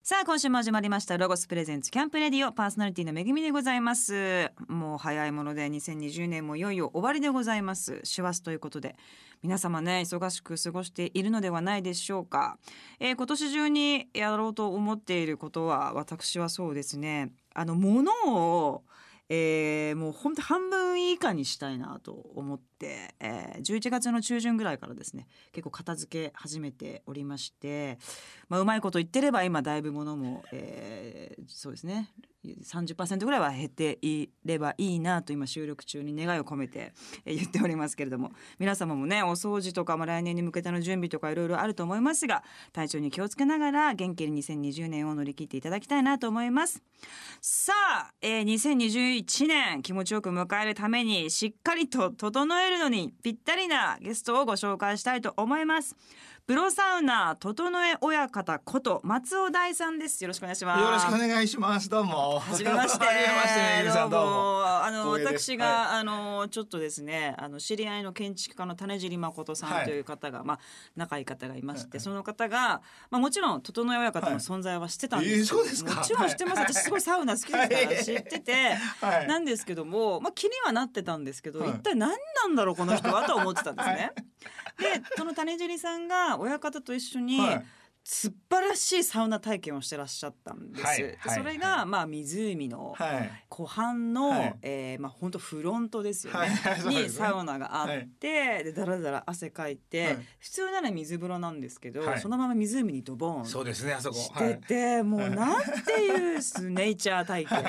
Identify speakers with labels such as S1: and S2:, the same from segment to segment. S1: さあ今週も始まりましたロゴスプレゼンツキャンプレディオパーソナリティのめぐみでございますもう早いもので2020年もいよいよ終わりでございます師走ということで皆様ね忙しく過ごしているのではないでしょうか、えー今年中にやろうと思っていることは私はそうですねあの物をえーもう本当半分以下にしたいなと思って、えー11月の中旬ぐらいからですね結構片付け始めておりまして、まあ、うまいこと言ってれば今だいぶものも、えーそうですね30%ぐらいは減っていればいいなと今収録中に願いを込めてえー言っておりますけれども皆様もねお掃除とか、まあ、来年に向けての準備とかいろいろあると思いますが体調に気をつけながら元気に2020年を乗り切っていただきたいなと思います。さあ、えー、2021年気持ちよく迎えるためにしっかりと整えるのにぴったりなゲストをご紹介したいと思いますプロサウナー整え親方こと松尾大さんですよろしくお願いします
S2: よろしくお願いします。どうも。
S1: はじめま して。
S2: はじめまして、めぐみさん、どうも。
S1: あの
S2: 光栄です
S1: 私が、
S2: は
S1: あのちょっとですね、あの知り合いの建築家の種尻誠さ
S2: は
S1: ん
S2: い
S1: という方が、まあ仲いい方がいまして、
S2: はいはい
S1: その方がまあもちろん整え親方の存在は知ってたんですけど、
S2: はいえーそうですか
S1: もちろん知ってます。
S2: はい
S1: 私すごいサウナ好きですから、
S2: はい
S1: 知ってて。
S2: はい。
S1: なんですけども、まあ、気にはなってたんですけど、
S2: はい
S1: 一体何なんだろうこの人はとは思ってたん ですね。でその種尻さんが親方と一緒に、
S2: はい
S1: 素晴らしいサウナ体験をしてらっしゃったんです。
S2: はい
S1: で
S2: はい
S1: それが、
S2: は
S1: まあ湖の
S2: はい。
S1: 湖畔の、
S2: はい
S1: えーまあ本当フロントですよね。
S2: はいはいそうですね
S1: にサウナがあって、でだらだら汗かいて、
S2: はい
S1: 普通なら水風呂なんですけど、
S2: はい
S1: そのまま湖にドボン
S2: そ
S1: し
S2: うですね、あそこ。
S1: てて、もうなんていうすネイチャー体験。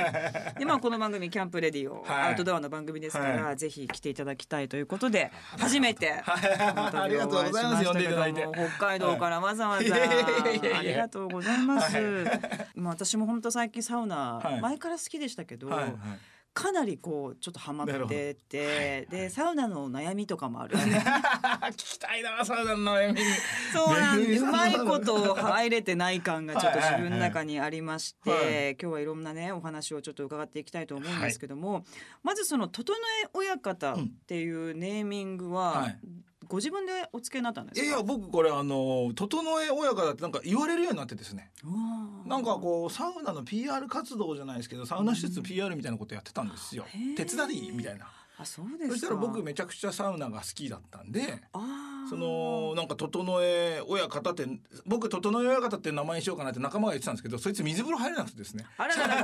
S1: でまあこの番組キャンプレディオ、
S2: はい
S1: アウトドアの番組ですから、
S2: は
S1: ぜひ来ていただきたいということで初めて
S2: はい。ありがとうございます。呼んでいただいて。
S1: お会しましたけども北海道からわざわざ、
S2: はいいやいやいやいや
S1: ありがとうございます。
S2: は
S1: まあ私も本当最近サウナ、
S2: はい
S1: 前から好きでしたけど、
S2: はいはい。
S1: かなりこうちょっとハマっ
S2: なるほど
S1: てて、で、サウナの悩みとかもある。
S2: 聞きたいな、サウナの悩み。
S1: そうなんで
S2: め
S1: す。
S2: ぐ
S1: う
S2: み
S1: ま
S2: さん
S1: い
S2: の
S1: こと入れてない感がちょっと
S2: はい
S1: 自
S2: はい
S1: 分の中にありまして、
S2: はい
S1: 今日はいろんなねお話をちょっと伺っていきたいと思うんですけども、まずその整え親方っていうネーミングは、
S2: はい
S1: ご自分でお付けになったんで
S2: い
S1: す
S2: や
S1: か。
S2: いや、僕、これ、あの、整え親方って、なんか言われるようになってですね。
S1: あー
S2: なんか、こう、サウナの PR 活動じゃないですけど、サウナ施設の PR みたいなことやってたんですよ
S1: へー。
S2: 手伝いみたいな。
S1: あそうですか。
S2: そしたら、僕、めちゃくちゃサウナが好きだったんで。
S1: あー
S2: そのなんか整え親方って僕整え親方って名前にしようかなって仲間が言ってたんですけどそいつ水風呂入れなくてですね
S1: あらららダ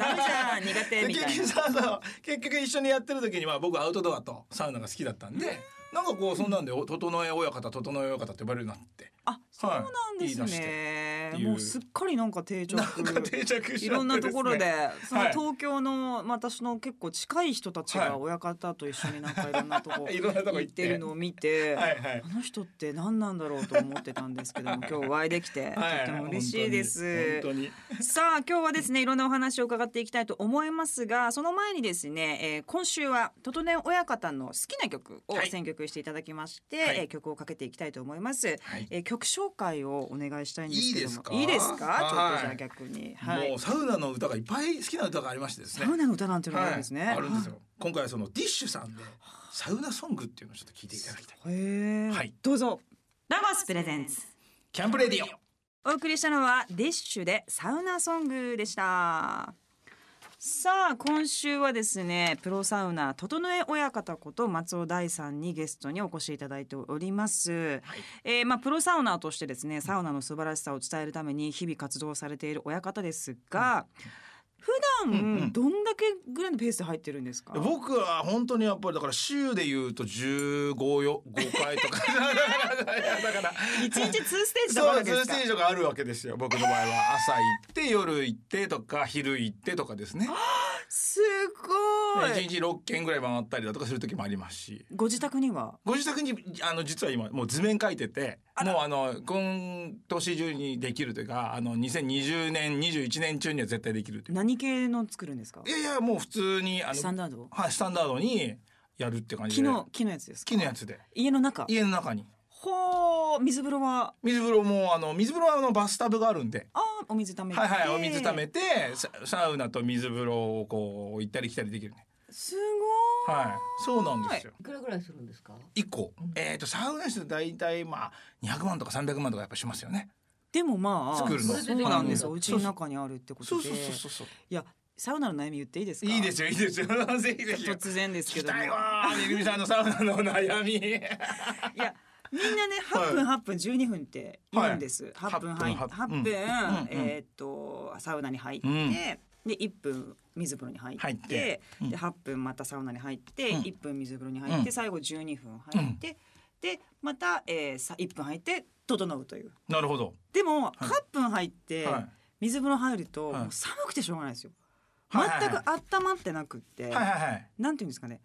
S1: メじゃん苦手
S2: で
S1: みた
S2: 結
S1: いな
S2: 局。さ そう結局一緒にやってる時にまあ僕アウトドアとサウナが好きだったんでなんかこうそんなんでお整え親方整え親方って呼ばれるようになって
S1: あそうなんです
S2: はい言い出し
S1: ね
S2: っ。ていう
S1: もうすっかりなんか定着。
S2: なんか定着しちゃってですね
S1: いろんなところで、その
S2: はい
S1: 東京の、まあ、私の結構近い人たちが
S2: はい
S1: 親方と一緒になんかいろんなとこ
S2: いろんなと
S1: 行
S2: こ行
S1: っ
S2: って
S1: てるのを見て、
S2: はいはい
S1: あの人って何なんだろうと思ってたんですけども、今日お会いできて、
S2: はい
S1: とても嬉しいです。
S2: 本当に
S1: さあ今日はですねいろんなお話を伺っていきたいと思いますがその前にですね、えー今週は整え親方の好きな曲を
S2: はい
S1: 選曲していただきまして、
S2: はい
S1: えー曲をかけていきたいと思います、
S2: はい
S1: えー曲紹介をお願いしたいんですけども
S2: いいですか
S1: か
S2: はい
S1: ちょっとじゃあ逆にはい
S2: もうサウナの歌がいっぱい好きな歌がありましてです
S1: サ
S2: ね
S1: ウナの歌なんていうのがあるんですね、
S2: はいあるんですよ今回はそのディッシュさんでサウナソングっていうのをちょっと聞いていただきたい
S1: はいへえ、
S2: はい
S1: どうぞラゴスプレゼンツ
S2: キャンプレディオ
S1: お送りしたのはディッシュでサウナソングでしたさあ今週はですねプロサウナ整え親方こと松尾大さんにゲストにお越しいただいております、えーまあプロサウナーとしてですねサウナの素晴らしさを伝えるために日々活動されている親方ですが、普
S2: うんう
S1: 段
S2: ん
S1: どんだけぐらいのペースで入ってるんですか、
S2: 僕は本当にやっぱりだから週で言うと15よ5回とかだから
S1: 一日2ステージだか
S2: そう
S1: ら
S2: ツ
S1: で
S2: ー
S1: す
S2: ス
S1: か
S2: テージがあるわけですよ僕の場合は朝行って夜行ってとか昼行ってとかですね
S1: すご
S2: 1
S1: い
S2: 日6軒ぐらい回ったりだとかする時もありますし
S1: ご自宅には
S2: ご自宅にあの実は今もう図面書いててもうあの今年中にできるというかあの2020年21年中には絶対できるという
S1: 何系の作るんですか
S2: いやいやもう普通にあの
S1: スタンダード
S2: はいスタンダードにやるって感じ
S1: 木
S2: で
S1: の木のやつですか
S2: 木のやつで
S1: 家の中
S2: 家の中に
S1: ほー水風呂は
S2: 水風呂もあの水風呂はあのバスタブがあるんで。
S1: あーお水ためて
S2: はいはい、お水溜めてササウナと水風呂をこう行ったり来たりできるね
S1: すごい、
S2: はいそうなんですよ
S3: いくらぐらいするんですか。
S2: 一個えっ、とサウナ室で大体まあ200万とか300万とかやっぱしますよね
S1: でもまあ
S2: 作るの
S1: そうなんですよ
S2: うん
S1: うちの中にあるってこと
S2: そう
S1: で
S2: そうそうそう
S1: いやサウナの悩み言っていいですか
S2: いいですよいいですよ ぜひぜひ
S1: 突然です
S2: 聞
S1: け
S2: き
S1: ども
S2: たいわーめぐみさんのサウナの悩み
S1: いやみんなね
S2: はい
S1: 8分8分12分って言うんです、
S2: はい
S1: 8分入っ
S2: 8分
S1: 8分、
S2: うん
S1: えーっとサウナに入って、
S2: うん
S1: で1分水風呂に入って
S2: 入ってうん
S1: で8分またサウナに入って、
S2: うん
S1: 1分水風呂に入って、
S2: うん
S1: 最後12分入って、でまた、えー、さ1分入って整うという
S2: なるほど
S1: でも、
S2: い
S1: 8分入って、
S2: は
S1: 水風呂入ると、
S2: はい
S1: もう寒くてしょうがないですよ、
S2: はいはいはい
S1: 全く温まってなくって、
S2: いはいはいはい
S1: なんていうんですかね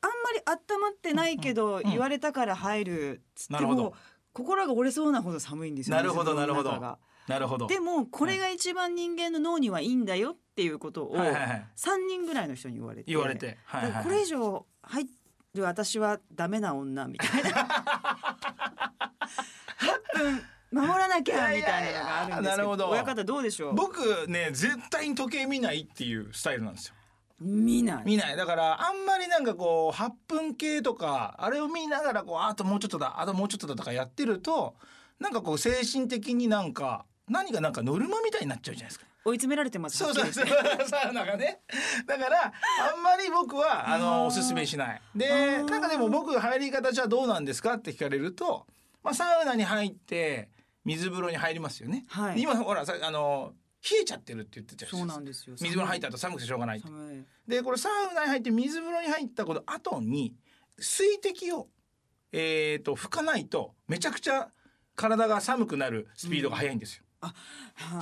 S1: あんまり温まってないけど
S2: んうん
S1: 言われたから入るっつって
S2: なるほど
S1: もう心が折れそうなほど寒いんですよ
S2: なるほど
S1: 自分の中
S2: なるほど
S1: が
S2: なるほど
S1: でもこれが一番人間の脳にはいいんだよっていうことを
S2: はいはいはい
S1: 三人ぐらいの人に言われて
S2: 言われてはいはい
S1: だからこれ以上入る私はダメな女みたい な8分守らなきゃみたいなのがあるんです
S2: いやいやいや
S1: け
S2: なる
S1: ど
S2: ほど
S1: 親方どうでしょう
S2: 僕ね絶対に時計見ないっていうスタイルなんですよ
S1: 見ない
S2: 見ないだからあんまりなんかこう8分計とかあれを見ながらこうああともうちょっとだあともうちょっとだとかやってるとなんかこう精神的になんか何がなんかノルマみたいになっちゃうじゃないですか。
S1: 追い詰められてます
S2: そ うそうそうサウナがねだからあんまり僕はあ
S1: あー
S2: のおすすめしな
S1: あ
S2: いで
S1: ー
S2: なんかでも僕入り方じゃどうなんですかって聞かれると、まあ、サウナに入って水風呂に入りますよね、
S1: はい
S2: 今ほらさあの冷えちゃってるって言ってたじゃ
S1: そうなん
S2: で
S1: ですよ
S2: すか水風呂入った後寒くてしょうがないと
S1: 寒い
S2: でこれサウナに入って水風呂に入ったこの後に水滴をえー、と拭かないとめちゃくちゃ体が寒くなるスピードが速いんですよ、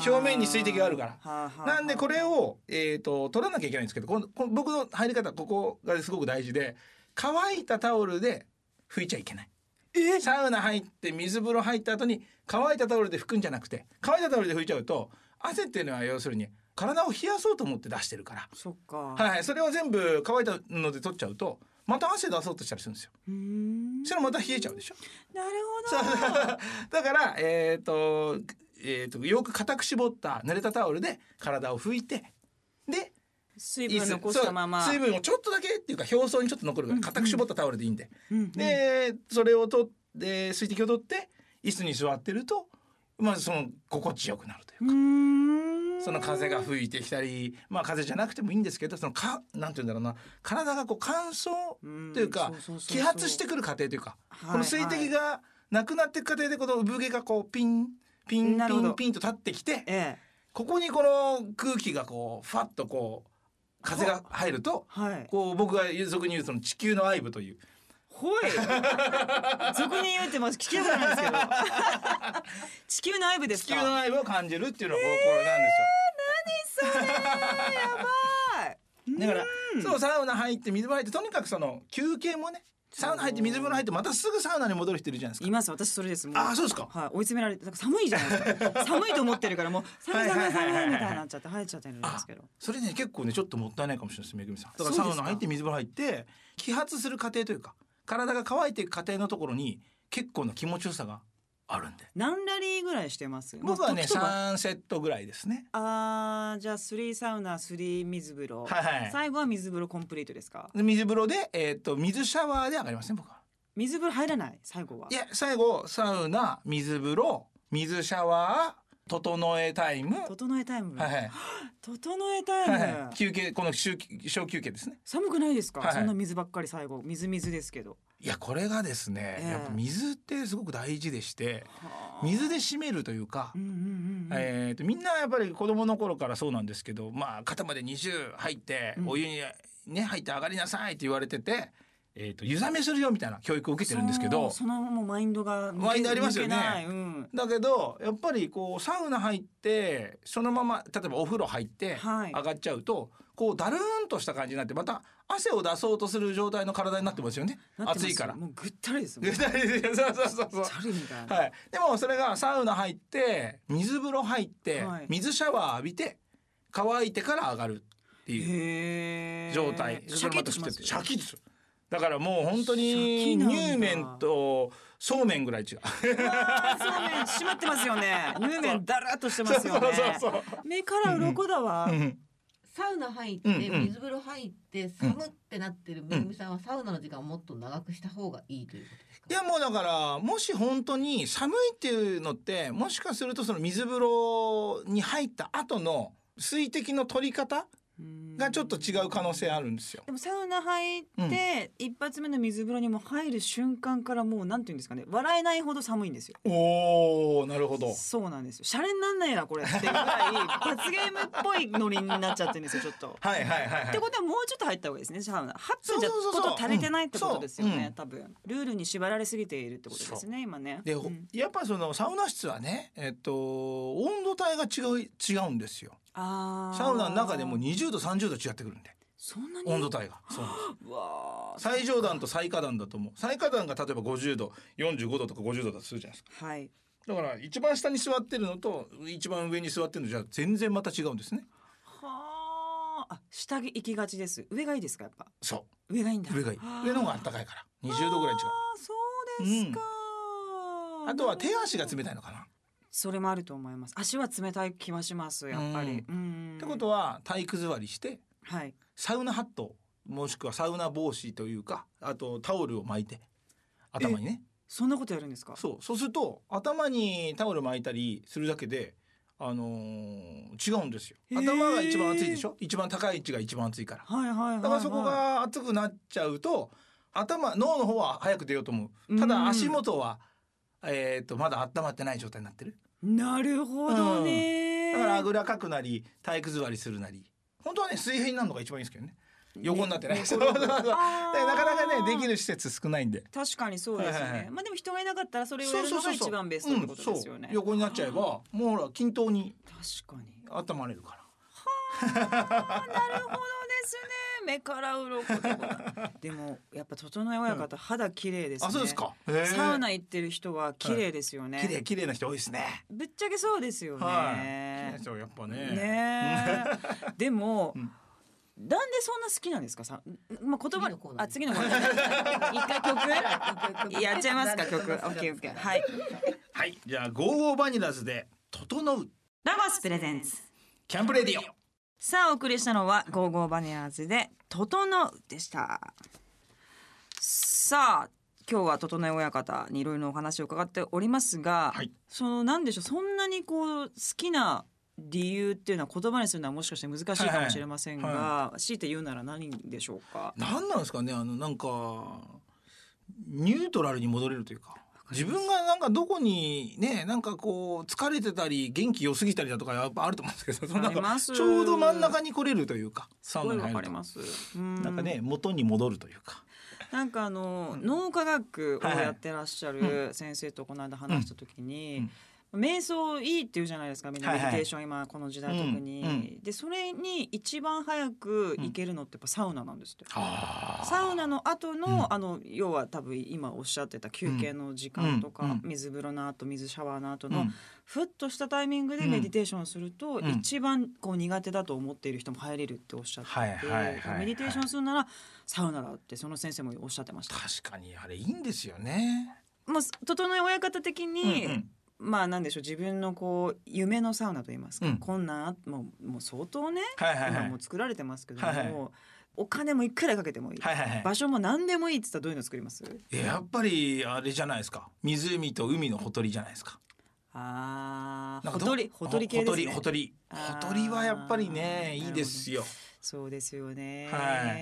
S2: 表面に水滴があるから
S1: ら
S2: なんでこれを、えー、と取らなきゃいけないんですけどこのこの僕の入り方ここがすごく大事で乾いたタオルで拭いちゃいけない。サウナ入って水風呂入った後に乾いたタオルで拭くんじゃなくて乾いたタオルで拭いちゃうと汗っていうのは要するに体を冷やそうと思って出してるから、
S1: そっか
S2: はいはい、それを全部乾いたので取っちゃうとまた汗出そうとしたりするんですよ。
S1: うーん
S2: そしたらまた冷えちゃうでしょ。
S1: なる
S2: そう
S1: ほど
S2: だから、えっ、と、えっ、と、よく固く絞った濡れたタオルで体を拭いて、で、
S1: 水分残したまま
S2: そう水分をちょっとだけっていうか表層にちょっと残るから固く絞ったタオルでいいんで、
S1: うんうん
S2: でそれを取って水滴を取って椅子に座ってるとまあその心地よくなるという
S1: うーん
S2: その風が吹いてきたりまあ風じゃなくてもいいんですけどそのかなんて言うんだろうな体がこう乾燥というか
S1: うんそうそうそうそう
S2: 揮発してくる過程というか
S1: はい
S2: この水滴がなくなっていく過程でこの産毛がこうピンピン
S1: なる
S2: ピ
S1: ほど
S2: ンピンと立ってきて
S1: ええ
S2: ここにこの空気がこうファッとこう風が入ると
S1: はい
S2: こう僕が俗に言うその地球の愛部という
S1: ほい 俗に言うてます聞きたくないです けど地球内部で
S2: 地
S1: す
S2: 球
S1: か
S2: の愛部を感じるっていうのがこうこれなん
S1: はい
S2: ですよ。だからそうサウナ入って水風呂入ってとにかくその休憩もねサウナ入って水風呂入ってまたすぐサウナに戻る人いるじゃないです
S1: い
S2: か。
S1: ます私それですもう
S2: ああそうですか。
S1: はい追い詰められてなんか寒いじゃないですか寒いと思ってるからもう寒い寒い寒い
S2: はいはいはいはい
S1: みたいになっちゃって入っちゃってるんですけど
S2: それね結構ねちょっともったいないかもしれないですめぐみさんだから
S1: そ
S2: サ
S1: うで
S2: ウ
S1: すか
S2: ナ入って水風呂入って揮発する過程というか体が乾いていく過程のところに結構な気持ちよさがあるんで
S1: 何ラリーぐらいしてます
S2: 僕は
S1: ま
S2: ね
S1: あ時と場合
S2: 3セットぐらいですね
S1: あーじゃあスリーサウナスリー水風呂、
S2: はいはい
S1: 最後は水風呂コンプリートですか
S2: で水風呂で、えー、と水シャワーで上がりますね僕は
S1: 水風呂入らない最後はい
S2: や最後サウナ水風呂水シャワー整えタイム
S1: 整えタイム、
S2: はいはい
S1: 整えタイム、
S2: はいはい休憩この休小休憩ですね
S1: 寒くないですか、
S2: はいはい
S1: そんな水ばっかり最後水水ですけど
S2: いやこれがですね、
S1: ええ
S2: やっぱ水ってすごく大事でして
S1: はあ
S2: 水で締めるというか
S1: うん、うんうんうん、
S2: えー、とみんなやっぱり子供の頃からそうなんですけど、まあ、肩まで20入って、
S1: うん
S2: お湯に、ね、入って上がりなさいって言われてて、えー、と湯冷めするよみたいな教育を受けてるんですけど
S1: そうそのもうマインドが抜け
S2: マインドありますよね
S1: 抜けないうん、
S2: だけどやっぱりこうサウナ入ってそのまま例えばお風呂入って
S1: はい
S2: 上がっちゃうと、こうだるーんとした感じになってまた汗を出そうとする状態の体になってますよね
S1: なってます
S2: 暑いから。
S1: もうぐったりですもん
S2: そう
S1: ぐっ
S2: そうそうそう
S1: たりみたいな、
S2: はい、でもそれがサウナ入って水風呂入って、
S1: はい
S2: 水シャワー浴びて乾いてから上がるっていう
S1: へえ
S2: 状態、
S1: シャキッとします
S2: シャキッとするだからもう本当
S1: シャキ
S2: に
S1: なんだ
S2: 乳麺とそうめんぐらい違う
S1: あーそうめん締ま ってますよね。乳麺だらっとしてますよね
S2: そうそうそう。
S1: 目から鱗だわ
S2: う。ん
S3: サウナ入って、
S2: うんうん
S3: 水風呂入って寒ってなってるめぐみさんはサウナの時間をもっと長くした方がいいということですか
S2: いやもうだからもし本当に寒いっていうのってもしかするとその水風呂に入った後の水滴の取り方がちょっと違う可能性あるんですよ。
S1: でもサウナ入って、一発目の水風呂にも入る瞬間からもうなんていうんですかね笑えないほど寒いんですよ
S2: おーなるほど。
S1: そうなんですよシャレになんないなこれっていうぐらい 罰ゲームっぽいノリになっちゃってるんですよちょっと。
S2: はいはいはい、は
S1: っ
S2: い
S1: て。ことはもうちょっと入った方がいいですねサウナ8分じゃ
S2: そうそうそう
S1: こ
S2: そう
S1: と足りてないってことですよね、
S2: うんそううん
S1: 多分ルールに縛られすぎているってことですね今ね
S2: で、
S1: うん
S2: やっぱそのサウナ室はね、えっと、温度帯が違う違うんですよ。
S1: あー
S2: サウナの中でも20度30度違ってくるんで
S1: そんなに
S2: 温度帯が。そうなんです
S1: うわー
S2: 最上段と最下段だと思う最下段が例えば50度45度とか50度だとするじゃないですか
S1: はい
S2: だから一番下に座ってるのと一番上に座ってるのじゃ全然また違うんですね
S1: はーあ下着行きがちです上がいいですかやっぱ
S2: そ
S1: 上がいいんだ
S2: う上がいい上の方が暖かいから20度ぐらい違う
S1: あーそうですか、
S2: あとは手足が
S1: い
S2: 冷たいのかなっ
S1: それもあると思います足は冷たい気はしますやっぱりうん
S2: てことは体育座りして
S1: はい
S2: サウナハットもしくはサウナ帽子というかあとタオルを巻いて頭にね
S1: そんなことやるんですか
S2: そうそうすると頭にタオル巻いたりするだけであのー違うんですよ
S1: へー
S2: 頭が一番熱いでしょ一番高い位置が一番熱いから
S1: はいはいはい、はい、
S2: だからそこが熱くなっちゃうと頭脳の方は早く出ようと思うただ足元は、えー、とまだ温まってない状態になってる
S1: なるほどね、
S2: だからあぐらかくなり体育座りするなり本当はね水平になるのが一番いいんですけどね横になってない、そうそう そうだから
S1: あー
S2: なかなかねできる施設少ないんで
S1: 確かにそうですね、
S2: はいはいはい
S1: まあでも人がいなかったらそれをやるのが一番ベストってことですよね
S2: うんそう横になっちゃえばもうほら均等に
S1: 確かに
S2: 温まれるから
S1: なるほどですね目から鱗でござい ますでもやっぱ整え親方、肌綺麗ですね
S2: あそうですかへえ
S1: サウナ行ってる人は綺麗ですよね、
S2: 綺麗綺麗な人多いですね
S1: ぶっちゃけそうですよね、
S2: はい綺麗な人やっぱね
S1: ねえでも、
S2: うん
S1: なんでそんな好きなんですかさ、まあ、言葉
S3: 次のコーナー
S1: あ次のコ ーナー一回曲やっちゃいますか曲オッケーオッケーはい
S2: はいじゃあゴーゴーバニラズで整う
S1: ラゴスプレゼンツ
S2: キャンプレディオ
S1: さあお送りしたのは「ゴーゴーバニラーズ」で「整う」でしたさあ今日は整え親方にいろいろお話を伺っておりますが、
S2: はい
S1: そのなんでしょうそんなにこう好きな理由っていうのは言葉にするのはもしかして難しいかもしれませんが、
S2: はいはい
S1: 強いて言うなら何でしょうか
S2: なんなんですかねあのなんかニュートラルに戻れるというか自分がなんかどこにねなんかこう疲れてたり元気良すぎたりだとかやっぱあると思うんですけどそのなん
S1: あり
S2: か
S1: ます
S2: ちょうど真ん中に来れるというかサウナ
S1: す
S2: に
S1: ごいわ
S2: 入
S1: か
S2: る
S1: り
S2: と
S1: ます
S2: な
S1: なん
S2: かね元に戻るというか
S1: なんかあの、
S2: うん
S1: 脳科学を
S2: はいはい
S1: やってらっしゃる先生とこの間話した時に、瞑想いいって言うじゃないですかみんな
S2: は
S1: メ
S2: い
S1: デ
S2: はい
S1: ィテーション、今この時代特に、
S2: うん
S1: でそれに一番早く行けるのってやっぱサウナなんですって、サ
S2: サ
S1: ウナの後の、
S2: うん
S1: あの要は多分今おっしゃってた休憩の時間とか、
S2: うんうん
S1: 水風呂の後水シャワーの後の、ふっとしたタイミングでメディテーションすると、
S2: うん
S1: 一番こう苦手だと思っている人も入れるっておっしゃってて、
S2: はいはいはいはい
S1: メディテーションするならサウナだってその先生もおっしゃってました。
S2: 確かにあれいいんですよね。
S1: まあ、整え親方的に、
S2: うんうん
S1: まあなんでしょう自分のこう夢のサウナといいますか、
S2: うん
S1: こんなんあもうもう相当ね、
S2: はいはいはい
S1: 今もう作られてますけども、
S2: はいは
S1: お金もいくらかけてもいい、
S2: はいはいは
S1: 場所も何でもいいって言ったらどういうの作ります
S2: い。やっぱりあれじゃないですか。湖と海のほとりじゃないですか。
S1: あー
S2: なん
S1: ほ
S2: かど
S1: とりほとり系ですね
S2: ほとりほとり
S1: あー
S2: ほとりはやっぱりねいいですよ。
S1: そうですよね、
S2: はい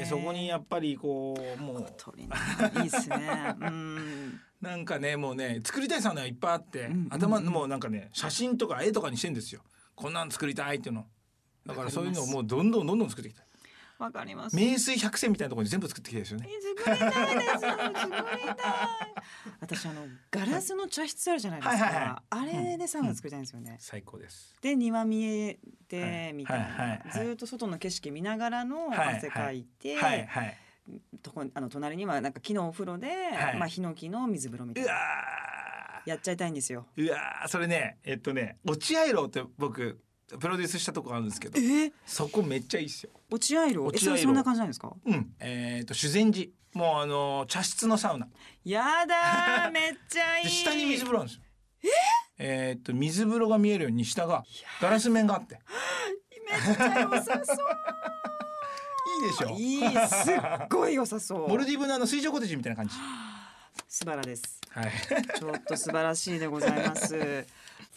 S2: でそこにやっぱりこうも
S1: ほ
S2: う
S1: とりないいですね うん
S2: なんかねもうね作りたいサウナがいっぱいあって
S1: んうん
S2: 頭もうなんかね写真とか絵とかにしてんですよ。こんなん作りたいっていうの。だからそういうのをもうどんどんどんどん作ってきた。
S1: わかります
S2: 名水百選みたいなところに全部作ってきたですよね。
S1: 作りたいです作りたい私あのガラスの茶室あるじゃないですか、
S2: はいはいは
S1: あれでサウナ作りたいんですよね、
S2: 最高です。
S1: で庭見え
S2: は
S1: て
S2: い
S1: みたいな、
S2: はいはいはい
S1: ずーっと外の景色見ながらの
S2: はい
S1: 汗かいて、
S2: はいはい。
S1: とこあの隣にはなんか木のお風呂で、
S2: はい
S1: まあヒノキの水風呂みたいう
S2: わ
S1: なやっちゃいたいんですよ
S2: ーうわーそれねえっとね落合楼って僕プロデュースしたとこあるんですけど
S1: え
S2: そこめっちゃいいっすよ。
S1: 落合楼え
S2: 落合
S1: そ
S2: 楼
S1: れそんな感じなんですか
S2: うん。えっと修善寺もうあのー茶室のサウナ
S1: や だーめっちゃいい
S2: で下に水風呂あるんですよ。えっと水風呂が見えるように下がガラス面があって
S1: めっちゃ良さそ
S2: いいでし
S1: う。
S2: ょ
S1: いい、すっごい良さそう。
S2: モルディブのあの水上コテージみたいな感じ
S1: 素晴らです。
S2: はい
S1: ちょっと素晴らしいでございます。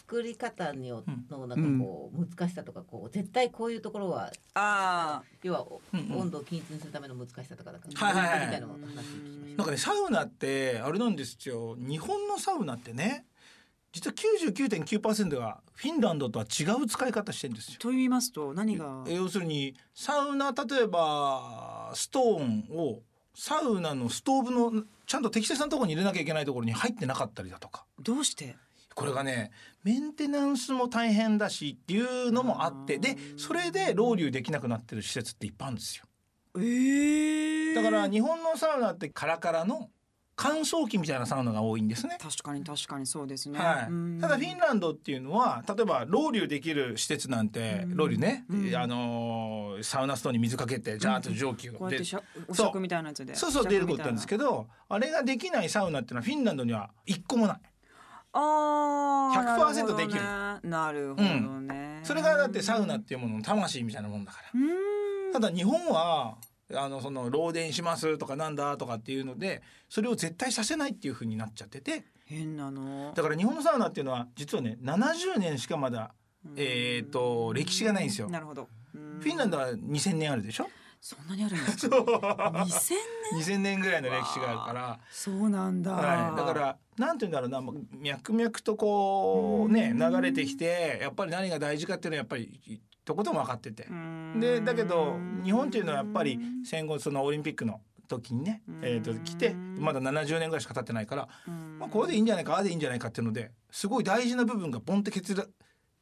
S3: 作り方によ
S2: うん
S3: のなんかこう難しさとかこう絶対こういうところは
S1: ああ、
S3: 要はお
S2: うんうん
S3: 温度を均一にするための難しさとかだから
S2: はいはいはい
S3: みたいなのも話聞きまし
S2: な
S3: た
S2: んかねサウナってあれなんですよ日本のサウナってね実は99.9%がフィンランドとは違う使い方してんですよ。
S1: と言いますと何が
S2: え要するにサウナ例えばストーンをサウナのストーブのちゃんと適切なところに入れなきゃいけないところに入ってなかったりだとか
S1: どうして？
S2: これがねメンテナンスも大変だしっていうのもあってでそれでロウリュできなくなってる施設っていっぱいあるんですよ。
S1: ええ
S2: だから日本のサウナってカラカラの乾燥機みたいなサウナが多いんですね。
S1: 確かに確かにそうですね。
S2: はい、ただフィンランドっていうのは例えばロウリュできる施設なんて
S1: うん
S2: ロウリュね、
S1: うん
S2: あのーサウナストーンに水かけてジャーッと蒸気
S1: こ
S2: を
S1: うやって
S2: で
S1: しゃお
S2: そう
S1: 酌みたいなやつで。
S2: そうそう出ることなんです
S1: ど。
S2: けどあれができないサウナっていうのはフィンランドには一個もない
S1: ああ、
S2: 100%できる
S1: なるほどね。
S2: それがだってサウナっていうものの魂みたいなもんだか
S1: うーん。
S2: らただ日本はあのその漏電しますとかなんだとかっていうのでそれを絶対させないっていうふうになっちゃってて
S1: 変なの。
S2: だから日本のサウナっていうのは実はね70年しかまだえーと歴史がないんですよ
S1: なるほど。フ
S2: フィンランドは2000年あるでしょ
S1: そんなにあるんです
S2: そ
S1: か。
S2: う
S1: 2000年。
S2: 2000年ぐらいの歴史があるから
S1: そうなんだ。
S2: はい、だからなんて言うんだろうなもう脈々とこうね
S1: うん
S2: 流れてきてやっぱり何が大事かっていうのはやっぱりとことん分かってて
S1: う、ーん。
S2: でだけど日本っていうのはやっぱり戦後そのオリンピックの時にね
S1: うん、
S2: えー、と来てまだ70年ぐらいしか経ってないから、
S1: うん、
S2: まあ、これでいいんじゃないかああでいいんじゃないかっていうのですごい大事な部分がボンって欠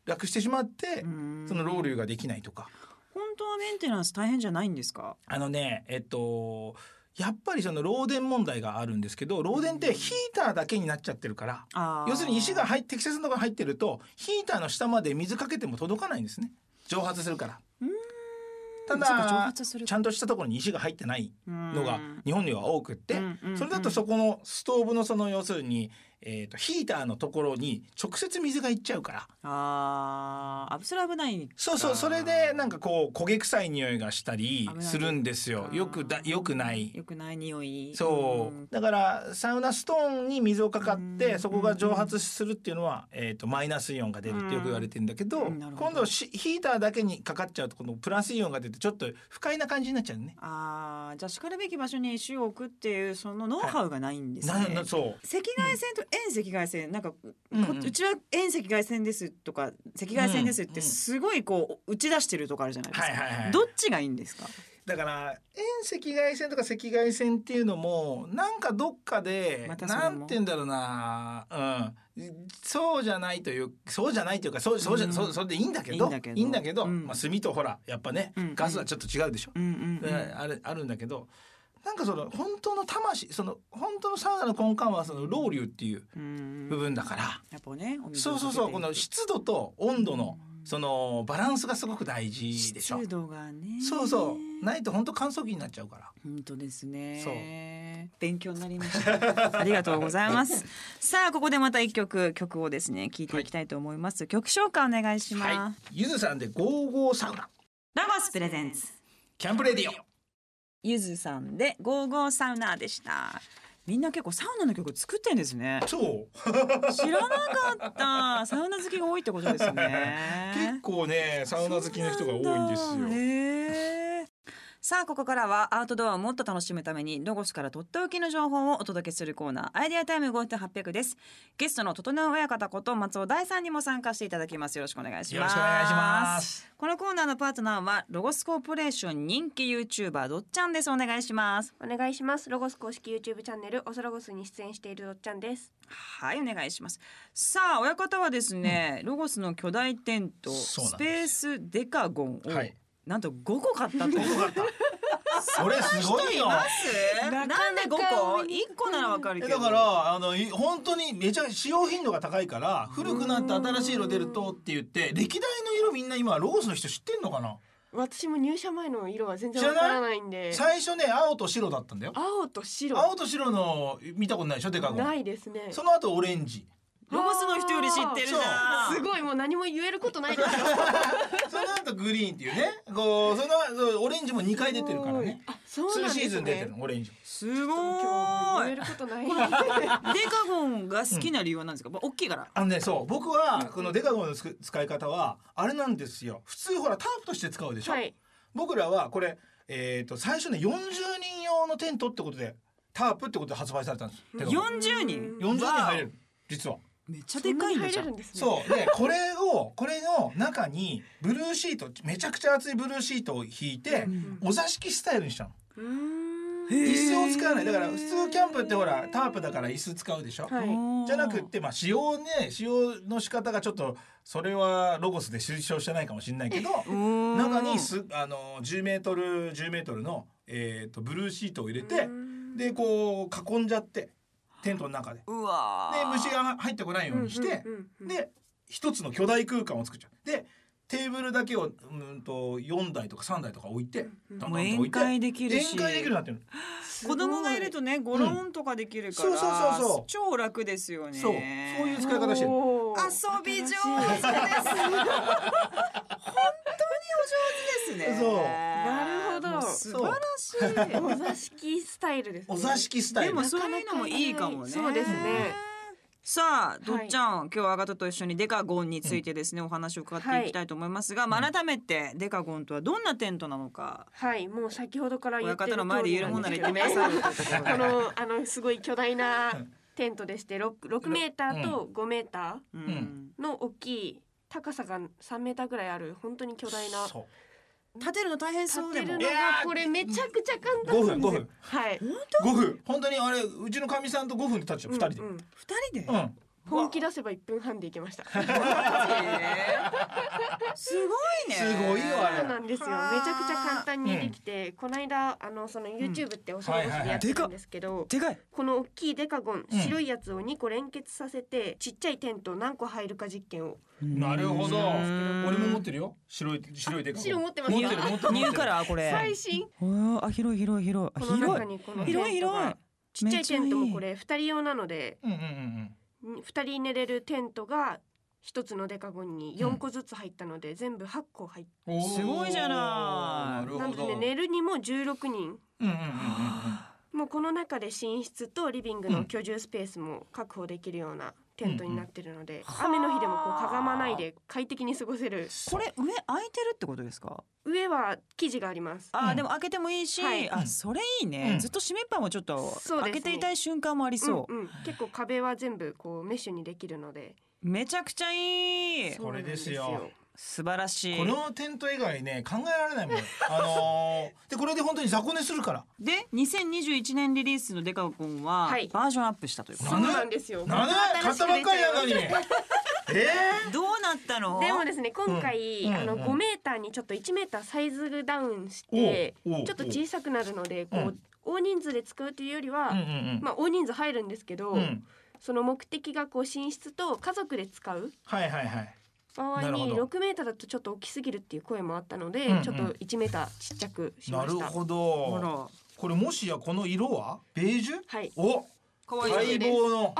S2: 落してしまってそのロウリュ
S1: が
S2: ができないとか
S1: 本当はメンテナンス大変じゃないんですか。
S2: あのねえっとやっぱりその漏電問題があるんですけど漏電ってヒーターだけになっちゃってるから。
S1: あー
S2: 要するに石が入っ適切なところに入ってるとヒーターの下まで水かけても届かないんですね蒸発するから
S1: うーん
S2: た
S1: そうか蒸
S2: だ
S1: 発する
S2: ちゃんとしたところに石が入ってないの
S1: の
S2: が日本には多くってそれだとそこのストーブのその要するにえーとヒーターのところに直接水がいっちゃうから
S1: ああ、それ危ない。
S2: そうそうそれでなんかこう焦げ臭い匂いがしたり
S1: 危ない
S2: するんですよよくだよくない
S1: よくない匂い。
S2: そううんだからサウナストーンに水をかかっ
S1: う
S2: て
S1: ん
S2: そこが蒸発するっていうのは、えー、とマイナスイオンが出るってよく言われてんだけど
S1: うんなるほど
S2: 今度しヒーターだけにかかっちゃうとこのプラスイオンが出てちょっと不快な感じになっちゃうね。
S1: ああ、じゃあしかるべき場所に石を置くっていうそのノウハウがないんですね。
S2: ななそう
S1: 赤外線と遠赤外線、なんかこ
S2: うんうん
S1: うちは遠赤外線ですとか赤外線ですっ
S2: うんう
S1: て
S2: ん
S1: すごいこう打ち出してるとこあるじゃないです
S2: は
S1: か。
S2: いはいはい
S1: どっちがいいんですか。
S2: だから遠赤外線とか赤外線っていうのもなんかどっかで、
S1: またそれも
S2: なんて言うんだろうな、うん、そうじゃないというそうじゃないというかそうそうじゃ、
S1: うん
S2: そうそれでいいんだけど
S1: いいんだけどうん
S2: まあ、炭とほらやっぱね、
S1: うん
S2: ガスはちょっと違うでしょ。
S1: うんうんうん。
S2: ねあるあるんだけどなんかその本当の魂その本当のサウナの根幹はそのロウリュっていう
S1: うん
S2: 部分だから、
S1: やっぱね、お水
S2: そ
S1: を
S2: う
S1: かけ
S2: そう
S1: て
S2: そうこの湿度と温度の
S1: うん
S2: そのバランスがすごく大事でしょ
S1: 湿。度がね。
S2: そうそうないと本当乾燥機になっちゃうから。
S1: 本当ですね。勉強になりま した。ありがとうございます。さあここでまた一曲曲をですね聞いていきたいと思います。曲紹介お願いします。
S2: はい、ゆずさんでゴーゴーサウナ
S1: ラゴスプレゼンツ
S2: キャンプレディオ。
S1: ゆずさんでゴーゴーサウナーでした。みんな結構サウナの曲作ってんです ね。
S2: そう
S1: 知らなかった。サウナ好きが多いってことです ね。
S2: 結構ねサウナ好きの人が多いんです
S1: そうなんだ
S2: よ。
S1: へーさあここからはアウトドアをもっと楽しむためにロゴスからとっておきの情報をお届けするコーナーアイデアタイム5800ですゲストの整親方こと松尾大さんにも参加していただきますよろしくお願いします
S2: よろしくお願いします
S1: このコーナーのパートナーはロゴスコーポレーション人気 YouTuber どっちゃんですお願いします
S4: お願いしますロゴス公式 YouTube チャンネルオスロゴスに出演しているどっちゃんです
S1: はいお願いしますさあ親方はですね、ロゴスの巨大テント
S2: そう
S1: ス
S2: なん
S1: ペー
S2: で
S1: スデカゴンを、
S2: はい
S1: なんと5個買 ったと
S2: よかった。それすご いよ。
S1: なんで5個 ?1 個ならわかるけ
S2: え
S1: ど。
S2: だからあのい本当にめちゃ使用頻度が高いから古くなって新しい色出るとって言って歴代の色みんな今ロゴスの人知ってんのかな
S4: 私も入社前の色は全然
S2: 知ら
S4: わ
S2: ない
S4: からないんで
S2: 最初ね青と白だったんだよ
S4: 青と白
S2: 青と白の見たことないでしょデカゴン
S4: ないですね
S2: その後オレンジ
S1: ロゴスの人より知ってるじゃん
S4: すごいもう何も言えることないですよ
S2: その後グリーンっていう ねこうそのそうオレンジも2回出てるからね
S4: あそう
S2: 2
S4: なんですね
S2: シーズン出てるのオレンジ
S1: す
S4: ちょっと
S1: ご
S4: 今日言え
S1: い
S4: ることない
S1: デカゴンが好きな理由は何ですか、まあ大きいから
S2: あのねそう僕はこのデカゴンのつく使い方はあれなんですよ普通ほらタープとして使うでしょ、
S4: はい
S2: 僕らはこれ、えー、と最初ね40人用のテントってことでタープってことで発売されたんですデカゴン
S1: 40人
S2: 40人入れる実は
S1: めっちゃでかいんだ
S4: 入
S1: じゃ
S4: れ
S1: ん
S4: るんですね
S2: そうでこれをこれの中にブルーシートめちゃくちゃ厚いブルーシートを引いて
S1: うん
S2: お座敷スタイルにしたの
S4: うーん
S1: へー
S2: 椅子を使わないだから普通キャンプってほらタープだから椅子使うでしょ、
S4: はい
S2: じゃなくってまあ使用ね使用の仕方がちょっとそれはロゴスで推奨してないかもしれないけど
S1: 中
S2: 中にすあの10メートル10メートルの、えー、とブルーシートを入れて
S4: うーん
S2: でこう囲んじゃってテントの中でで
S1: うわー
S2: 虫が入ってこないようにして
S4: うんうんうん
S2: で一つの巨大空間を作っちゃうでテーブルだけをうんと4台とか3台とか置いて
S4: うん
S2: どん
S1: も
S2: ど
S1: うん
S2: と
S1: 宴
S2: 置いて
S1: 会できるし
S2: 宴会できるようになってるの
S1: 子供がいるとねゴロンとかできるから、
S2: そうそうそうそう
S1: 超楽ですよね
S2: そうそういう使い方してる
S4: おー
S1: 遊び上手です
S4: 新しい
S1: 本当にお上手ですね
S2: そう
S4: なるほど
S1: もう素晴らしい
S4: お座敷スタイルですね
S2: お座敷スタイ
S1: で
S2: ル
S1: もそういうのもいいかもね
S4: そうですね
S1: さあどっちゃん、今日はアガトと一緒にデカゴンについてですね、お話を伺っていきたいと思いますが、まあ改めてデカゴンとはどんなテントなのか
S4: はいもう先ほどから言
S1: 親
S4: って
S1: 方
S4: る通
S1: の前で
S4: り
S1: 言えるもんなら言
S4: な
S1: っ
S4: ん
S1: て
S4: で
S1: くだ
S4: すけ
S1: さ
S4: どね
S1: いというところ で
S4: このあのすごい巨大なテントでして 6, 6メーターと5メータ
S1: う
S2: うん
S1: ん
S4: ーの大きい高さが3メーターぐらいある本当に巨大な
S2: そう
S1: 立てるの大変そ
S4: 立
S1: う
S4: て
S1: でも
S4: るの
S2: い
S4: が
S2: やー
S4: これめちゃくちゃ簡単
S2: 5
S4: な
S2: 分
S4: んで
S2: 5
S4: すよ
S2: 分
S4: はい
S2: 5分本当にあれうちのかみさんと5分で立っちゃう2人で
S4: うんうん
S1: 二人で、
S2: うん、
S4: 本気出せば1分半でいけましたそう
S1: すごいね
S2: すごいよあれ
S4: なんですよめちゃくちゃ簡単にできて、この間あのその YouTube っておそろごしでやってるんですけど、
S1: でかい
S4: この大きいデカゴン、
S2: うん
S4: 白いやつを2個連結させてちっちゃいテント何個入るか実験を
S2: なるほど
S1: うん
S2: 俺も持ってるよ白い白いでかい
S4: 白持ってます
S2: 持
S4: か
S2: ってる持ってる
S1: ニューカラーこれ
S4: 最新
S1: おーあ広い広い広いあ
S4: この
S1: 広
S4: 中
S1: い
S4: にこの
S1: 広い
S4: テントが
S1: 広い
S4: ちっちゃいテ
S1: めっ
S4: ント
S1: ちゃいい
S4: もこれ2人用なので
S2: うんうんうん
S4: 2人寝れるテントが1つのデカゴンに4個ずつ入ったので、全部8個入っ
S2: うんおー
S1: すごいじゃない
S2: なる
S4: たな
S2: ほ
S4: ので、
S2: ど
S4: ね、寝るにも16人
S2: うんうんうん
S4: もうこの中で寝室とリビングの居住スペースも確保できるようなテントになってるので、
S1: うん
S4: 雨の日でもこうかがまないで快適に過ごせる
S1: これ上開いてるってことですか
S4: 上は生地があります
S1: あ
S2: う
S1: ー
S2: ん
S1: でも開けてもいいし、
S4: はい
S1: あそれいいね、
S2: うん
S1: ずっと閉めっぱもちょっと
S4: そうです
S1: 開
S4: ね
S1: けていたい瞬間もありそう、
S4: んうん、結構壁は全部こうメッシュにできるので
S1: めちゃくちゃいい
S2: これですよ
S4: そうなんで
S1: 素晴らしい
S2: このテント以外ね考えら れないもんあのー、でこれで本当に雑魚寝するから
S1: で2021年リリースのデカゴンは、
S4: はい
S1: バージョンアップしたというこ
S4: す
S1: と
S4: よそうなんですよ
S2: なんで買ったばっかりや のにえ
S1: どうなったの
S4: でもですね今回、
S2: うん
S4: あの
S2: うん
S4: 5メーターにちょっと1メーターサイズダウンしてち
S2: おうお
S4: ょ
S2: う
S4: っと小さくなるのでこう、
S2: うん
S4: 大人数で使うというよりは、
S2: ー、うんうんうん
S4: まあ大人数入るんですけど、
S2: うん
S4: その目的がこう寝室と家族で使う
S2: はいはいはい
S4: 場合
S2: なるほ
S4: に
S2: ど
S4: 6メーターだとちょっと大きすぎるっていう声もあったので、
S2: うんうん
S4: ちょっと1メーターちっちゃくし
S2: な
S4: ま
S2: る
S4: した。
S2: ほ
S1: ほ
S2: ど
S1: ら
S2: これもしやこの色はベージュ
S4: はい。
S2: お
S1: 可愛い
S2: 待
S1: い
S4: です
S2: 望の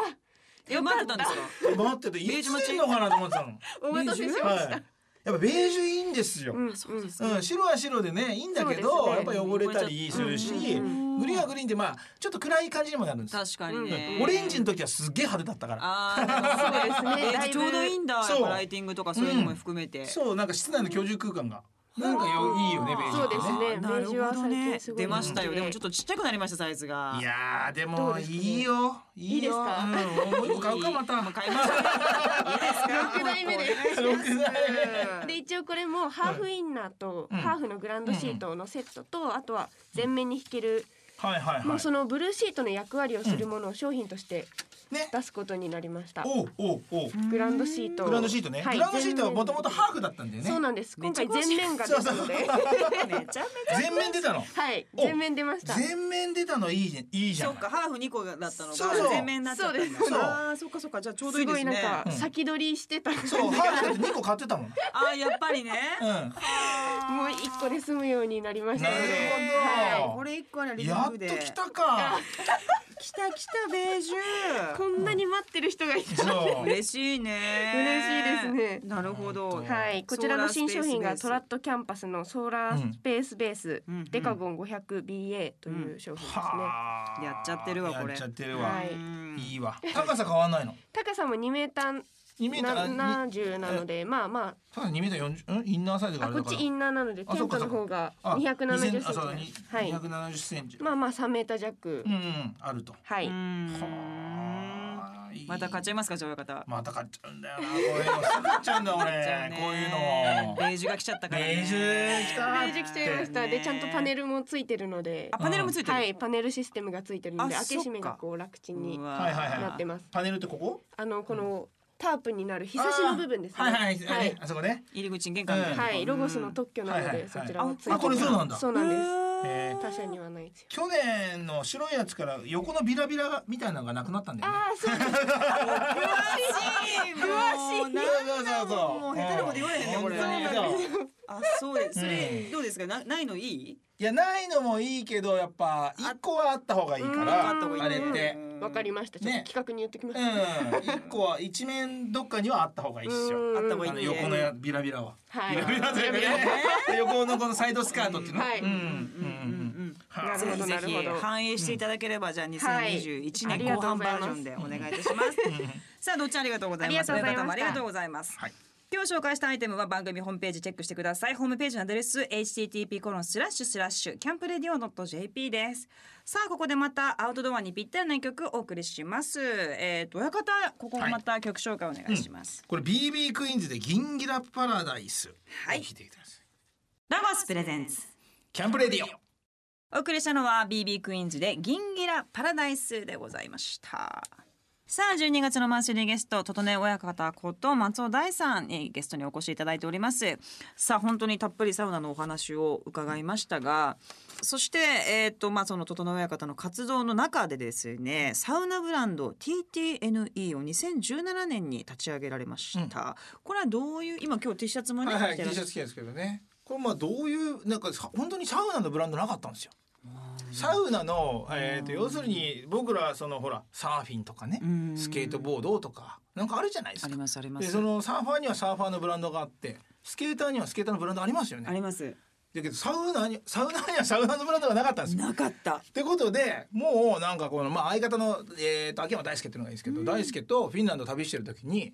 S1: え待ってたんですか
S2: 待っててい
S1: ベージ
S2: つ
S1: ュ待ち
S2: いいのかなと思ってたの
S4: お待たせしまし
S2: はい、やっぱベージュいいんですよ、
S4: た。
S2: うん
S4: ん、
S1: そうですね
S2: 白は白でねいいんだけ
S4: そう
S2: ど、
S4: です
S2: やっ
S4: ね
S2: ぱ汚れたりするし、
S4: うんうん
S2: グリーンはグリーンってまあちょっと暗い感じにもなるんですよ、
S1: 確かにね、
S2: うんオレンジの時はすっげえ派手だったから
S1: ああ
S4: そうですねだいぶ
S1: ちょうどいいんだやっぱ
S2: そう
S1: ライティングとかそういうのも含めて、
S2: そうなんか室内の居住空間が、なんかよいいよねベージュ
S4: そう
S2: って
S4: ですねベ
S1: な
S4: ー
S1: る
S4: ジュは
S1: ほどね
S4: 最近すごい人気で
S1: 出ましたよでもちょっとちっちゃくなりましたサイズが
S2: いやーで
S4: ど
S2: も
S4: うですか
S2: い
S4: ね
S2: いよいいよ
S4: いいですか
S2: うん、もう一個買うかまた
S1: もう買いましたいいですか
S4: 六代目で
S2: 六台目
S4: で一応これもハーフインナーと
S2: うん
S4: ハーフのグランドシートのセットとあとは全面に引ける
S2: はいはい
S4: も
S2: は
S4: うそ
S2: い
S4: のブルーシートの役割をするものを商品として
S2: ね
S4: 出すことになりました。
S2: おうおうおう
S4: グランドシート
S2: グランドシートね、
S4: はい
S2: グランドシートはもともとハーフだったんだよね
S4: そうなんです。
S1: めっ
S4: 今
S1: ちゃ
S4: 回
S1: 詳しい
S4: 全面が出たので、
S1: めちゃめち
S2: 全面出たの
S4: はい、
S2: お
S4: 全面出ました。
S2: 全面出たのいいじゃんいい
S1: ゃ
S2: じゃ
S1: そ
S2: ん
S1: っかハーフ二個だったのが
S2: そうそう
S1: 全面になっちゃったんだ
S2: そう
S1: あーそっかそっかじゃあちょうどい
S4: す
S1: いで
S4: ご
S1: す
S4: いなん
S1: ね
S4: か
S2: うん
S4: 先取りしてた。
S2: そう、ハーフだって2個買ってたもん。う
S1: あーやっぱりね
S2: ん。
S4: もう一個で済むようになりましたので
S2: なるほど
S4: はい
S1: これ一個あるリビ
S2: や
S1: ン
S2: っ
S1: グ
S2: と
S1: で
S2: 来たか。
S1: 来た来たベージュ
S4: こんなに待ってる人がいた。
S2: そう。
S1: 嬉しいね
S4: 嬉しいですね
S1: なるほど
S4: はい、こちらの新商品がトラットキャンパスのソーラースペースベース
S1: うん
S4: デカゴン 500BA という商品ですね。
S2: はあ
S1: やっちゃってるわこれ
S2: やっちゃってる
S4: は
S2: わ。
S4: い
S1: うん
S2: いいわ。高さ変わんないの。
S4: 高さも2メーター
S2: 2メーターに。
S4: 70なので、まあま
S2: 高さ2メーター40、んインナーサイズ
S4: あ、
S2: があ
S4: あ
S2: れだ
S4: こっ
S2: から。
S4: ちインナーなので、
S2: あ
S4: テ
S2: そ
S4: ン
S2: うか
S4: トの方が
S2: あ
S4: 270センチ
S2: 2000あそうだに
S4: はい。
S2: 270センチ。
S4: まあまあ3メーター弱
S2: う。んうんあると。
S4: は
S1: う
S4: い。
S1: ん
S2: はあいい
S1: また買っちゃいますかじゃあ親方
S2: また買っちゃうんだよな。こういうのすぐ買っちゃうんだ
S1: 買っちゃう
S2: 俺
S1: ね。
S2: こういうの。
S1: ベージュが来ちゃったからね
S2: ベージュ来た
S4: で、できちゃいました。で、ちゃんとパネルもついてるので
S1: あ、パネルもついてる
S4: はい、パネルシステムがついてるので、
S1: あ
S4: 開け閉め
S1: そっ
S4: が
S1: か
S4: こう楽ちんに
S1: うわ
S2: はいはいはい
S4: なってます。
S2: パネルってここ？
S4: あのこのタープになる日差しの部分ですね。
S2: あーはいはいはい。あそこね。
S1: 入り口に玄関みたいな
S4: はいロゴスの特許な
S2: は
S4: の
S2: いはいは
S4: で
S2: い
S4: そちらはついて
S2: あこれそうなんだ
S4: そうなんです。
S2: えー
S4: 他社にはないですよ。
S2: 去年の白いやつから横のビラビラがみたいなのがなくなったんだよね。
S4: ああ、そうです。
S1: 詳しい
S2: そうそうそう
S1: もう下手なこと言われへんね
S2: う
S1: これ
S2: 本当にそう
S1: あそうですそれ
S2: うん
S1: どうですかなないのいい
S2: いやないのもいいけどやっぱ一個はあった方がいいから
S4: うん
S2: あれって。
S4: わかりました。ちょっ
S2: ね
S4: と企画に言ってきま
S2: う
S4: す。
S2: ん、一個は一面どっかにはあった方がいいっすよ。
S1: あった方が
S2: あ
S1: いい
S2: の
S1: ね
S2: 横のやビラビラは。
S4: はい。
S2: ビラビラというかね横のこのサイドスカートっていうの。
S4: はい
S2: うんうん
S1: うんうん
S2: は
S4: ないるほど
S1: ぜひぜひ
S4: なるほど
S1: 反映していただければ、じゃあ2021
S4: はい
S1: 年後半バージョンでお願いいたします。 さあどっちもありがとうございます。
S4: ありがとうござ
S1: どなた
S4: いました
S1: もありがとうございます。
S2: はい
S1: 今日紹介したアイテムは番組ホームページチェックしてください。ホームページのアドレス http コロンスラッシュスラッシュキャンプレディオ .jp です。さあここでまたアウトドアにぴったりな一曲お送りします。えっ、と親方ここまた曲紹介お願いします。
S2: これ BB クイーンズでギンギラパラダイス。
S1: はい
S2: 聞いてください。
S1: ラバースプレゼンツ。
S2: キャンプレディオ。
S1: お送りしたのは BB クイーンズでギンギラパラダイスでございましたさあ12月のマンスリーゲストととね親方こと松尾大さんにゲストにお越しいただいておりますさあ本当にたっぷりサウナのお話を伺いましたがそしてえっ、とまあそのととね親方の活動の中でですねサウナブランド TTNE を2017年に立ち上げられました、これはどういう今今日 T シャツもね
S2: はいはい、
S1: 着て
S2: T
S1: らっし
S2: シ
S1: ゃ
S2: ャ
S1: る
S2: ツ着てるんですけどね。これまあどういうなんかさ本当にサウナのブランドなかったんですよ。サウナの、えー、と要するに僕らそのほらサーフィンとかね
S1: うん
S2: スケートボードとかなんかあるじゃないです
S1: あり
S2: か。
S1: ますありま
S2: ですそのサーファーにはサーファーのブランドがあってスケーターにはスケーターのブランドありますよ
S1: あ
S2: ね。
S1: ります
S2: だけどサウナにサウナーにはサウナーのブランドがなかったんですよ。
S1: なかった
S2: ってことでもうなんかこの、まあ、相方の、えー、と秋山大輔っていうのがいいですけど、大輔とフィンランド旅してる時に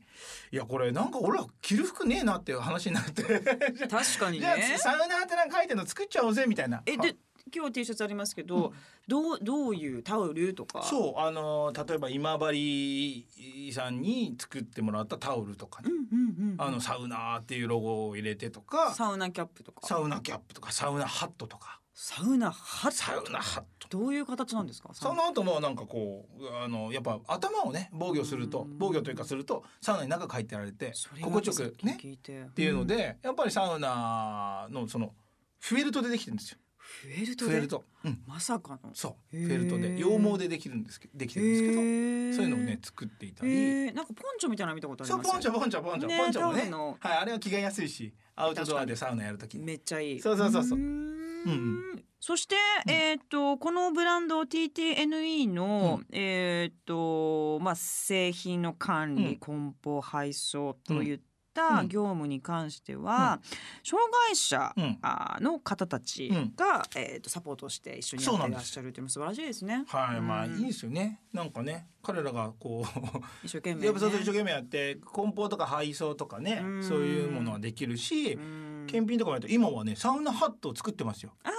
S2: いやこれなんか俺ら着る服ねえなっていう話になって じゃあ
S1: 確かに
S2: じゃあ
S1: ね
S2: サウナーってなんか書いてるの作っちゃおうぜみたいな。
S1: えで今日 T シャツありますけど、どうどういうタオルとかう、
S2: そうあの例えば今治さんに作ってもらったタオルとかね、
S1: んうんうん、
S2: あのサウナーっていうロゴを入れてとか
S1: サウナキャップとか
S2: サウナキャップとかサウナハットとか
S1: サウナハッ
S2: サウナハット。
S1: どういう形なんですか
S2: その後もなんかこうあのやっぱ頭をね防御すると
S1: うん
S2: 防御というかするとサウナに中入ってられて
S1: それが
S2: 心地よくね
S1: 聞いてっ
S2: っていうので、やっぱりサウナのそのフェルトでできてるんですよ
S1: フェルト
S2: フ
S1: で
S2: ェルト、うん、
S1: まさかの
S2: そう
S1: へー
S2: フェルトで羊毛でできるんですけできてるんですけど、そういうのをね作っていたり、
S1: えなんかポンチョみたいなの見たことあり
S2: そう
S1: ます
S2: ポンチョポンチョポンチョ、
S1: ね
S2: ポンチョも
S1: タオル
S2: ね
S1: の
S2: はいあれは着替えやすいしアウトドアでサウナやるときに
S1: めっちゃいい
S2: そうそうそうそう
S1: ーんそして、えーっとこのブランド TTNE の、えーっとまあ製品の管理、
S2: うん
S1: 梱包配送といっ
S2: う
S1: た
S2: ん
S1: 業務に関しては、障害者、
S2: うん
S1: あの方たちが、えーっとサポートして一緒にや
S2: そう
S1: っ
S2: な
S1: て
S2: ん
S1: ら
S2: です
S1: っしゃるっていうのも素晴らしいですね。
S2: はいまあ
S1: う
S2: い
S1: ん
S2: いですよねなんかね彼らが こう
S1: 一生懸命、ね。
S2: やっぱそう一生懸命やって梱包とか配送とかね
S1: うん
S2: そういうものはできるし
S1: うん
S2: 検品とかもやると今はねサウナハットを作ってますよ
S1: あ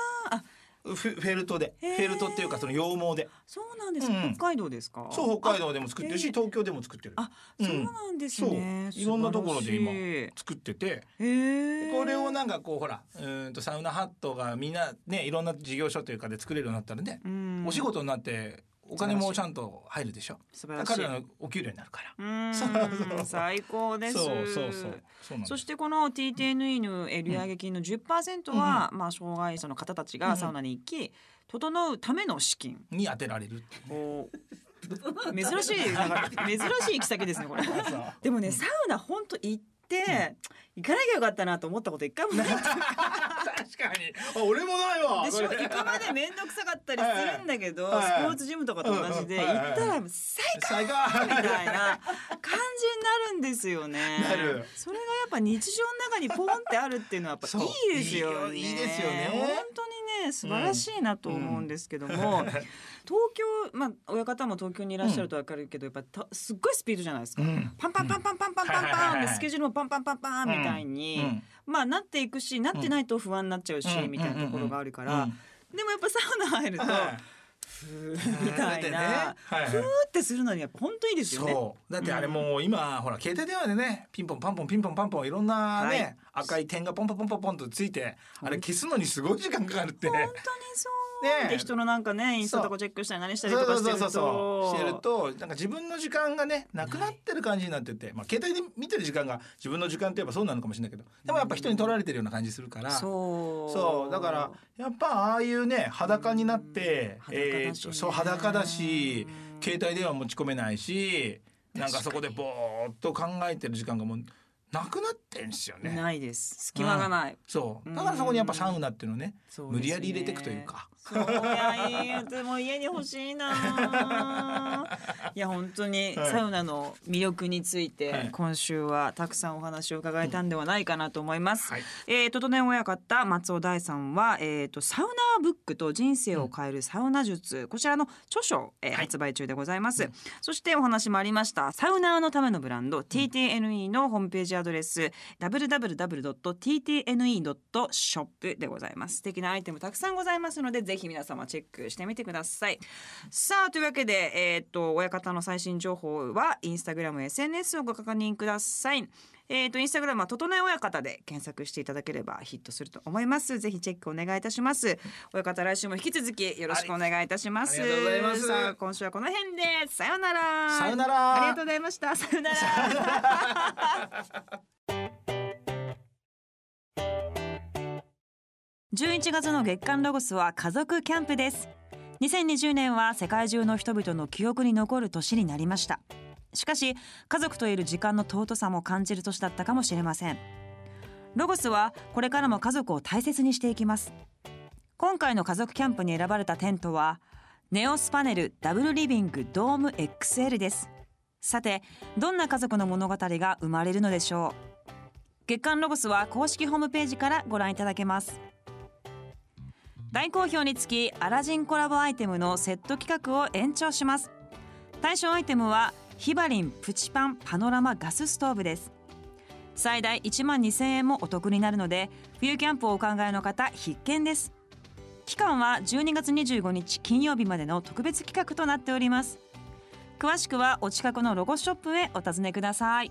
S2: フェフェルトでフ
S1: へー
S2: ェルトっていうかその羊毛で
S1: そうなんですか、
S2: うん
S1: 北海道ですか。
S2: そう北海道でも作ってる
S1: あ
S2: し東京でも作ってる
S1: あ、
S2: うん
S1: そうなんです
S2: そう
S1: ね。
S2: いろんなところで今
S1: 素晴らしい
S2: 作ってて
S1: へえ。
S2: これをなんかこうほらうーんとサウナハットがみんなねいろんな事業所というかで作れるようになったらね
S1: うん
S2: お仕事になってお金もちゃんと入るでしょ
S1: 素晴らしい
S2: 彼らのお給料になるから
S1: うーん
S2: そうそう
S1: 最高です
S2: そうそうそうそうなんです
S1: そしてこの TTNE のえー売上金の10%は、まあ、障害者の方たちがサウナに行き、整うための資金
S2: に当てられるっていう
S1: を 珍しいなんか珍しい行き先ですねこれ。でもねサウナ本当行っって、行かなきゃよかったなと思ったこと一回もないっていうか
S2: 確かに あ俺もないわ
S1: でしょ
S2: これ
S1: 行くまで面倒くさかったりするんだけど、
S2: はいはい
S1: スポーツジムとかと同じで、
S2: うんうんはいはい
S1: 行ったらもう最
S2: 最高
S1: 高みたいな感じになるんですよね。
S2: なる
S1: それがやっぱ日常の中にポンってあるっていうのはやっぱ
S2: そう
S1: いいですよね。
S2: いいよいいですよね
S1: 本当にね素晴らしいなと思うんですけども、東京まあ親方も東京にいらっしゃるとわかるけど、やっぱたすっごいスピードじゃないですか。
S2: うん
S1: パンパンパンパンパンパンパン
S2: はいはい
S1: パン
S2: は
S1: で
S2: いはい
S1: スケジュールもパンパンパンパンみたいに、まあなっていくしなってないと不安になっちゃうし、
S2: うん
S1: みたいなところがあるから、
S2: うん
S1: でもやっぱサウナ入ると、
S2: は
S1: ふーみたいな、
S2: はいはい
S1: ふーってするのにやっぱ本当いいですよね。
S2: そうだってあれもう今ほら携帯電話でねピンポンパンポンピンポンパンポンいろんな
S1: は
S2: ね
S1: い
S2: 赤い点がポンポンポンポンポンとついてあれ消すのにすごい時間かかるって
S1: 本当にそう、
S2: ねえ
S1: で人のなんかねインスタとかチェックしたり何したりとかしてると
S2: してるとなんか自分の時間がねなくなってる感じになっててまあ携帯で見てる時間が自分の時間といえばそうなのかもしれないけどでもやっぱ人に取られてるような感じするから
S1: そう
S2: そうだからやっぱああいうね裸になって
S1: うん
S2: え
S1: 裸だ
S2: ー
S1: し
S2: と
S1: ね
S2: そう裸だし
S1: うん
S2: 携帯電話持ち込めないしなんかそこでぼーっと考えてる時間がもうなくなってるんですよね。
S1: ないです隙間がない、
S2: そうだからそこにやっぱサウナっていうのね
S1: そうですね
S2: 無理やり入れていくというか。
S1: そういやいいでも家に欲しい な。いや本当に
S2: はい
S1: サウナの魅力につい
S2: は
S1: て
S2: い
S1: 今週はたくさんお話を伺えたんではないかなと思います。
S2: はい
S1: えー、ととね親方松尾大さんは、えー、とサウナーブックと人生を変えるサウナ術、こちらの著書、えー
S2: はい
S1: 発売中でございます、そしてお話もありましたサウナーのためのブランド、TTNE のホームページアドレス www.ttne.shop でございます素敵なアイテムたくさんございますのでぜひ皆様チェックしてみてくださいさあというわけで、えー、と親方の最新情報はインスタグラム SNS をご確認くださいえー、とインスタグラムは整え親方で検索していただければヒットすると思いますぜひチェックお願いいたします親方来週も引き続きよろしくお願いいたします
S2: はいありがとうございます
S1: さあ今週はこの辺でさようなら
S2: さよなら
S1: ありがとうございましたさよう なら11月の月間ロゴスは家族キャンプです2020年は世界中の人々の記憶に残る年になりましたしかし家族といる時間の尊さも感じる年だったかもしれませんロゴスはこれからも家族を大切にしていきます今回の家族キャンプに選ばれたテントはネオスパネルダブルリビングドーム XL ですさてどんな家族の物語が生まれるのでしょう月刊ロゴスは公式ホームページからご覧いただけます大好評につきアラジンコラボアイテムのセット企画を延長します対象アイテムはヒバリンプチパンパノラマガスストーブです最大1万2000円もお得になるので冬キャンプをお考えの方必見です期間は12月25日金曜日までの特別企画となっております詳しくはお近くのロゴショップへお尋ねください